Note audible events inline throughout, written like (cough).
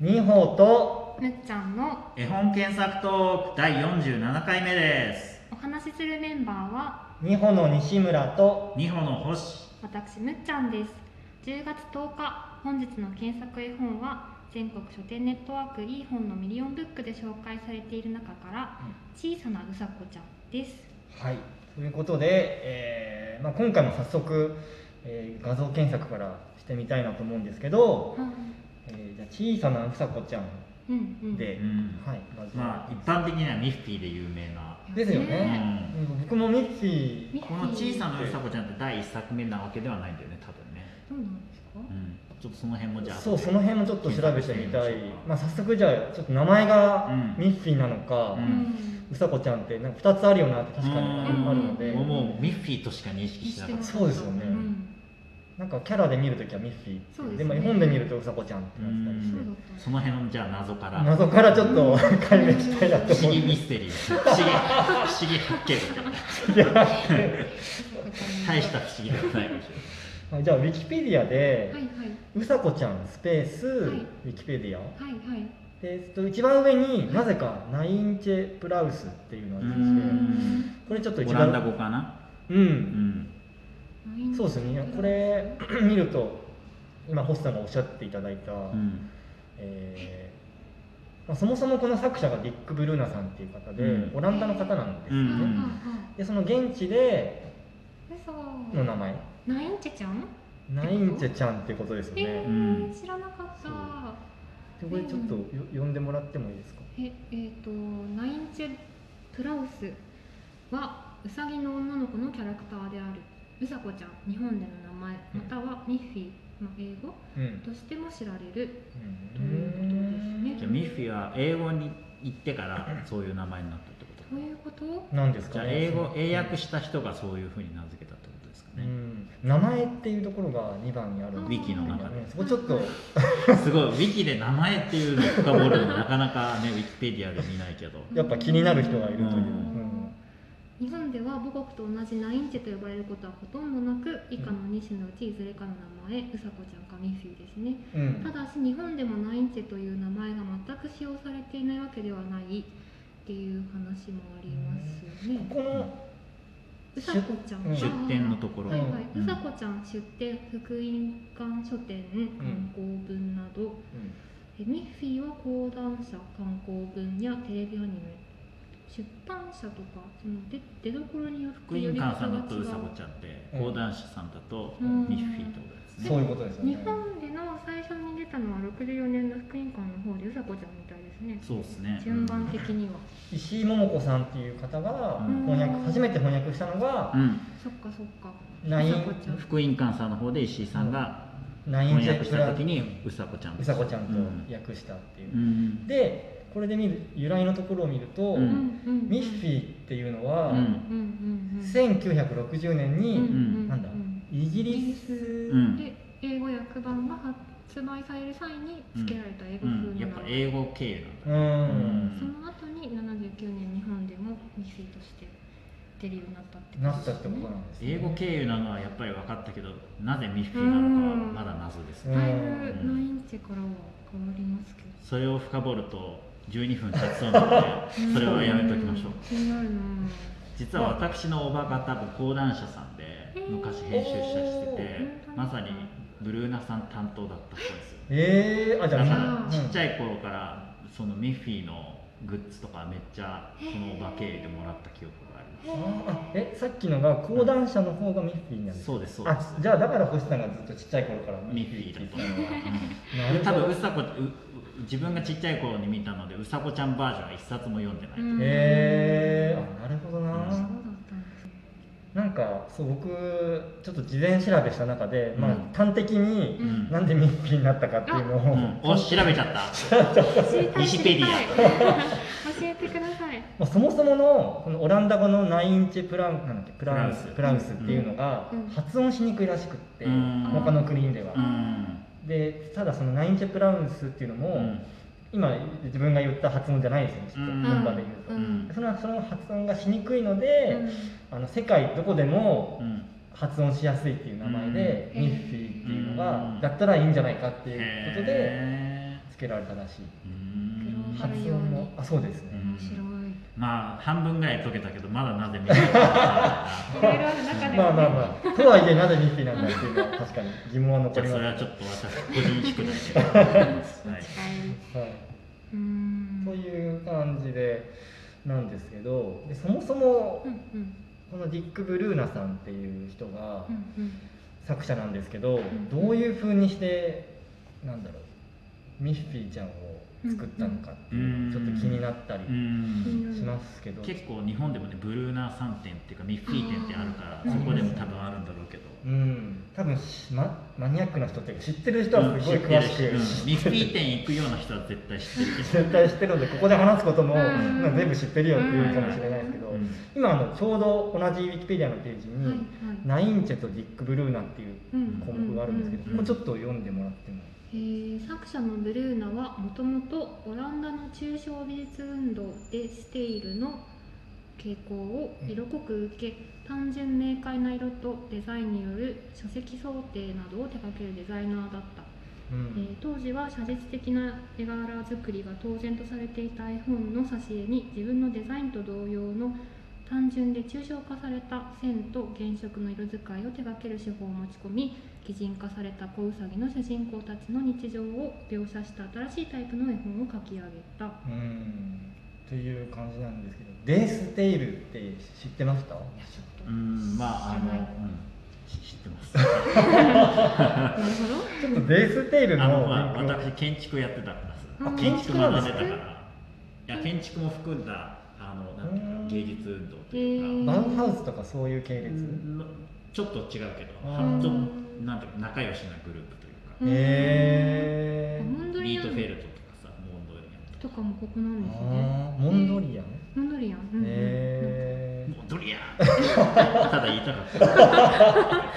みほとむっちゃんの絵本検索トーク第47回目ですお話しするメンバーはみほの西村と二歩の星私むっちゃんです10月10日本日の検索絵本は全国書店ネットワークいい本のミリオンブックで紹介されている中から小さなうさこちゃんですはいということで、えーまあ、今回も早速、えー画像検索からしてみたいなと思うんですけど、えーじゃあ小さなうさこちゃんうんうんで、うんはいまず、まあ一般的にはミッフィーで有名な、ですよね、ううん僕もミッフィーミッフィん、ーこの小さなうさこちゃんって第一作目なわけではないんだよね多分ね、どうなんですかうん、ちょっとその辺もじゃあそうその辺もちょっと調べてみたい検索してみましょうかまあ、早速じゃあちょっと名前がうんミッフィーなのか、ううんさこちゃんってなんか2つあるよなって確かにあるうんあるので、もうもうミッフィーとしか認識してなかったそうですよねんなんかキャラで見るときはミッフィーってそうですねでも絵本で見るとうさこちゃんってうなってたりして、んその辺のじゃあ謎から謎からちょっ (laughs) と解明したいなと不思思う議ミステリー不思議不思議発見みたいな大した不思議ではないかもしれないはいじゃあウィキペディアで、はいはいうさこちゃんスペース、はいウィキペディアはいはいでえっと一番上いになぜかナインチェプラウスっていうのが出てきうてんこれちょっと一オランダ番語かな、ううんん、そうですねこれ見ると今星さんがおっしゃっていただいた、うんえーまあ、そもそもこの作者がディック・ブルーナさんっていう方で、うんオランダの方なんですよね、うんでその現地で嘘の名前ナインチェちゃんナインチェちゃんってことですよね、えうんー、知らなかったそうでこれちょっとよ呼んでもらってもいいですかええー、とナインチェプラウスはウサギの女の子のキャラクターであるうさこちゃん日本での名前うんまたはミッフィー、まあ、英語うんとしても知られるとういうことですんねじゃあミッフィーは英語に行ってからそういう名前になったってこそういうことなんですとじかゃあね英語英訳した人がそういうふうに名付けたってことですかうね、ん名前っていうところが2番にあるうんウィキの中でねそこちょっとすごいウィキで名前っていうのを深掘るのなかなかねウィキペディアで見ないけどやっぱ気になる人がいるというう、んうん日本では母国と同じナインチェと呼ばれることはほとんどなく以下の2種のうちいずれかの名前うさこちゃんかミッフィーですねうんただし日本でもナインチェという名前が全く使用されていないわけではないっていう話もありますね。ここのうさこちゃんうん出店のところ、はいはい、ううんさこちゃん出店福音館書店観光文など、えミッフィーは講談社観光文やテレビアニメ出版社とかその出出どころによって福音館さんだとうさこゃちゃんでうん講談師さんだとうんミッフィーってことですね、そういうことですよね日本での最初に出たのは64年の福音館の方でうさこちゃんみたいですねそうですね順番的には、石井桃子さんっていう方がうん翻訳初めて翻訳したのがうん、そっかそっかナインうさこちゃん福音館さんの方で石井さんが「ナイン翻チ訳ェしプたラ時にうさこちゃんうさこちゃんうんと訳したっていうう、んでこれで見る由来のところを見ると、うんミッフィーっていうのは、うんうんうんうん1960年うに、んなんだイギリス、うんで英語訳版が発売される際に付けられた英語風の名前、うん、やっぱ英語系うなんだ、んその後に79年日本でもミッフィーとして出るようになったってことなったってことなんです、ね、英語経由なのはやっぱり分かったけどなぜミッフィーなのかはまだ謎です、うんだいぶナインチェからは変わりますけど、それを深掘ると12分経ちそうなのでそれはやめときましょう気になるな実は私のおばが多分講談社さんで昔編集者してておーまさにブルーナさん担当だった人ですよえー、あじゃだあからうんちっちゃい頃からそのミッフィーのグッズとかめっちゃそのお化けでもらった記憶がありあーあえさっきのが講談社の方がミッフィーなんまですすかそうですそうであすじゃあだから星さんがずっとちっちゃい頃からミッフィーだと思なうる多ほど分うさこうう自分がちっちゃい頃に見たのでうさこちゃんバージョンは一冊も読んでない、うんえー、あなるほどな、うそんうだったんですねなんかそう僕ちょっと事前調べした中で、まうんあ端的にうんうんなんでミッフィーになったかっていうのうを、ん、お調べちゃった教えたいウィキペディア知りたい教えてくださいまあ、そもそものこのオランダ語のナインチェプランなんだっけプラウスププラウスっていうのがうん発音しにくいらしくって、うん他の国では、うんでただそのナインチェプラウスっていうのも、うん今自分が言った発音じゃないですねちょっとうんメンバーで言うと、うんそのその発音がしにくいので、あの世界どこでもうん発音しやすいっていう名前で、うんミッフィーっていうのが、うんだったらいいんじゃないかっていうことでへ付けられたらしいうんグローバ発ル音もあそうですうね、ん面白いまあ半分ぐらい解けたけどまだなぜ見ないのかいろいろある中でまあもまあねまあとはいえなぜミッフィーなんだっていうのは確かに疑問はじ残ゃりますあそれはねちょっと私個人宿題で考えます、はい、はいうーんという感じでなんですけどでそもそもうんうんこのディック・ブルーナさんっていう人がうんうん作者なんですけど、んどういう風にしてなんだろうミッフィーちゃんを作ったのかっていうのがちょっと気になったりううんんしますけど、結構日本でもねブルーナー3点っていうかミッフィー店ってあるからあーそこでも多分あるんだろうけどうん、多分しママニアックな人っていうか知ってる人はすごい詳しく、うん知ってるしうんミッフィー店行くような人は絶対知ってるけど絶対知ってるのでここで話すことも、うんまあ全部知ってるよっていうかもしれないですけど、うん今あのちょうど同じウィキペディアのページに、はいはいナインチェとディック・ブルーナっていううん項目があるんですけど、うんうんここちょっと読んでもらってもえー作者のブルーナはもともとオランダの抽象美術運動でステイルの傾向を色濃く受け、単純明快な色とデザインによる書籍想定などを手掛けるデザイナーだった、うえーん当時は写実的な絵柄作りが当然とされていた絵本の挿絵に自分のデザインと同様の単純で抽象化された線と原色の色使いを手掛ける手法を持ち込み擬人化された子ウサギの主人公たちの日常を描写した新しいタイプの絵本を描き上げたうん、という感じなんですけどデース・テイルって知ってましたうんまああの、知らうないん、し知ってますなるほどちょっとデース・テイルのあの、まあ、リンクを私建築やってたからあさ建築建築なん学ですんでねたからいや建築も含んだあのなんていううんか芸術運動というか、バウハウスとかそういう系列、うんちょっと違うけどうんはちょっとなんていうか仲良しなグループというかうんへーモンドビリーアトフェンルトとかさモンドリアンととかかもここなんですねあーモンドリアンモンドリアン、うんうんへーモンドリ (laughs) アンただ言いたかった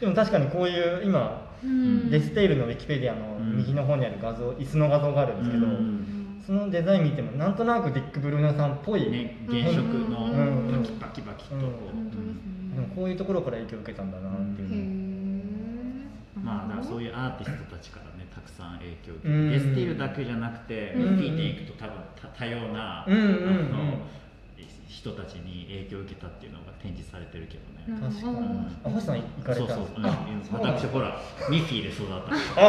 でも確かにこういう今うんデステイルのウィキペディアの右の方にある画像、椅子の画像があるんですけど、ううんんそのデザイン見てもなんとなくディック・ブルーナさんっぽい、ね原色のうんバキバキバキとこう、うん本当ですね、でもこういうところから影響を受けたんだなっていうのを、へえまあだからそういういうアーティストたちからねたくさん影響を受けうんて、デスティールだけじゃなくて、うんミッフィーで行くと多分多多様な、うんうんうんあの人たちに影響を受けたっていうのが展示されてるけどね。確かに、うんあ星さん行かれそうたそんうです、うんあそうなん私だほらミッフィーで育ったか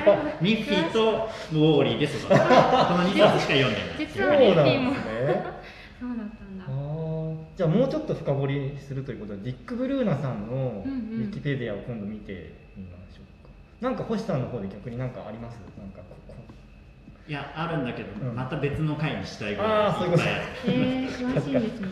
らミッフィーとウォーリーで育ったからこの2冊しか読んでない実そうはなんでねミッフィーもすねそうだったんだあーじゃあもうちょっと深掘りするということでディック・ブルーナさんのウうんうんィキペディアを今度見てみましょうか、なんか星さんの方で逆になんかありますなんかここいやあるんだけど、うんまた別の回にしたいぐらいあーそういうこといっぱいあるえー、詳しいですね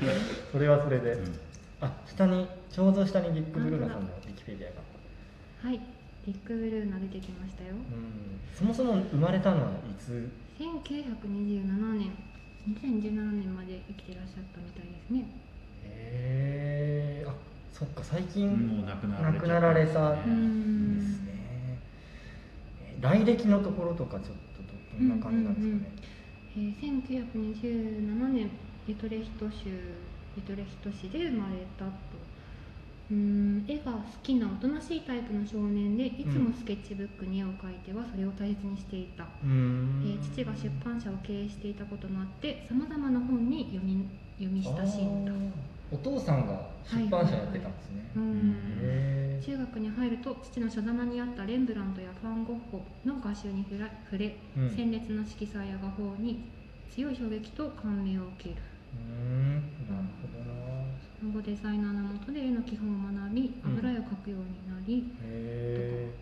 それはそれで、うんあ下にちょうど下にディック・ブルーナさんのウィキペディアがはいビッグブルーが出てきましたようんそもそも生まれたのはいつ1927年2017年まで生きてらっしゃったみたいですねへえあそっか最近もう亡くなら亡れちゃったくなられたうんんですねえ来歴のところとかちょっとどどんな感じなんですかねえー1927年ユトレヒト州ユトレヒト市で生まれたとうーん絵が好きなおとなしいタイプの少年でいつもスケッチブックに絵を描いてはそれを大切にしていた、うーんえー父が出版社を経営していたこともあってさまざまな本に読み読み親しんだあーお父さんが出版社やってたんですね、ううんんへ中学に入ると父の書棚にあったレンブラントやファン・ゴッホの画集に触れ触れえうん鮮烈な色彩や画法に強い衝撃と感銘を受けるうんなるほどなその後デザイナーのもとで絵の基本を学びうん油絵を描くようになり、とかへ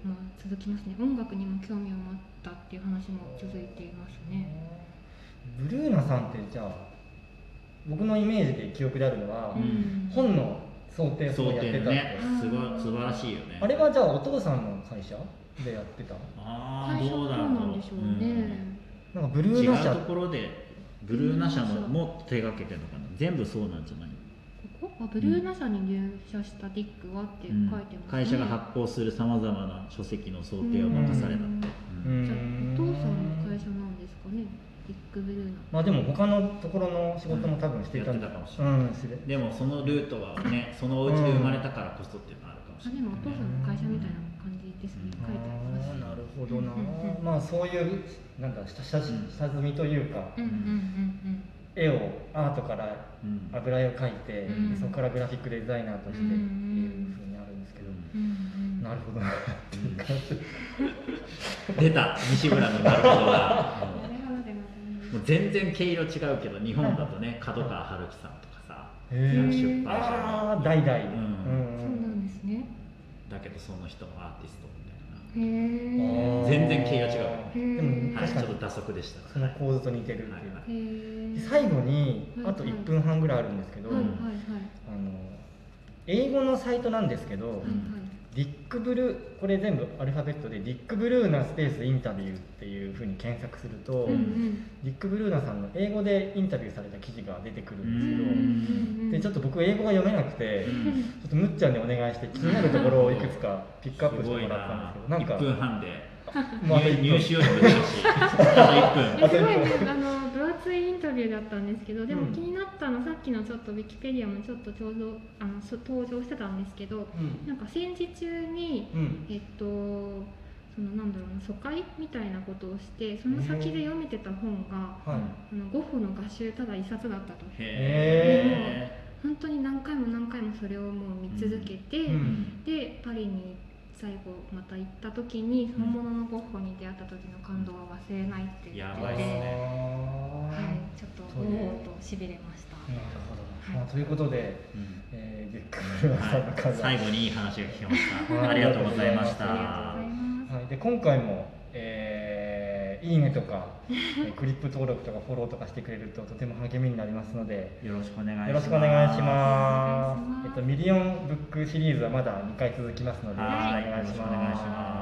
まあ、続きますね音楽にも興味を持ったっていう話も続いていますえ、ねブルーナさんってじゃあ僕のイメージで記憶であるのは、ん本の想定想をやっ定てのた、ねね、すごい素晴らしいよねあれはじゃあお父さんの会社でやってたあ最ー初どはうだどろううなんでしょうね、なんかブうんル違ーナう社ところでブルーナ社ももっと手がけてるのかな全部そうなんじゃないここはブルーナ社に入社したディックはって書いてますね、会社が発行するさまざまな書籍の想定を任されたって、ううんんじゃあお父さんの会社なんですかねディック・ブルーナまあでも他のところの仕事も多分していたんやってたかもしうれんしてるでもそのルートはねそのお家で生まれたからこそっていうのはあるかもしあれでない、もお父さんの会社みたいな感じってすぐ書いてああーなりまするほどなうんうんうんまあそういうなんだ下下地下積みというかうんうん絵をアートからうん油絵を描いて、うんそこからグラフィックデザイナーとしてっていうふうになるんですけど、うんうんうんなるほどなっていう感じ出た西村のなるほどはなるほどでございますもう全然毛色違うけど日本だとね角川春樹さんとかさへうんー出 (laughs) 版あ社あ代々、うんそうなんですねだけどその人のアーティストみたいなへえあー全然毛が違うでうんもはい、確かちょっにと打足でしたその構図と似てるっていう、はいはいへえで最後にはいあと1分半ぐらいあるんですけど、はいはいはいあの英語のサイトなんですけど、はいディック・ブルーこれ全部アルファベットでディック・ブルーナスペースインタビューっていうふうに検索すると、はいうんうんディック・ブルーナさんの英語でインタビューされた記事が出てくるうんんうですけど、んうんでちょっと僕英語が読めなくて、うちんょっとむっちゃんにお願いして気になるところをいくつかピックアップすしてごもいらったんでなすけどなんか1分半でもうあと1入入分手より難しい (laughs) あえと1分あすと一ごい個ね、あの分厚いインタビューだったんですけどでうもん気になったの、さっきのちょっとウィキペディアもちょっとちょうどあのそ登場してたんですけどうんなんか戦時中にうんえっとそのなんだろうな疎開みたいなことをしてその先で読めてた本が、はいあのゴッホの画集ただ一冊だったとへ本当に何回も何回もそれをもう見続けて、うんうんでパリに最後また行った時に本物のゴッホに出会った時の感動は忘れないって言っやてばいって。すねはい、ちょっとそおうねおとしびれました。なるほど、まはあ、いということで、うんえー、ビックブルーナさんのはい数は最後にいい話が聞けましはいたありがとうございましあたりがとうございます。はい、で今回も、えーいいねとか、えークリップ登録とかフォローとかしてくれるととても励みになりますのでよろしくお願いしますよろしくお願いしますお願いしますえっと、ミリオンブックシリーズはまだ2回続きますのではいよろしくお願いします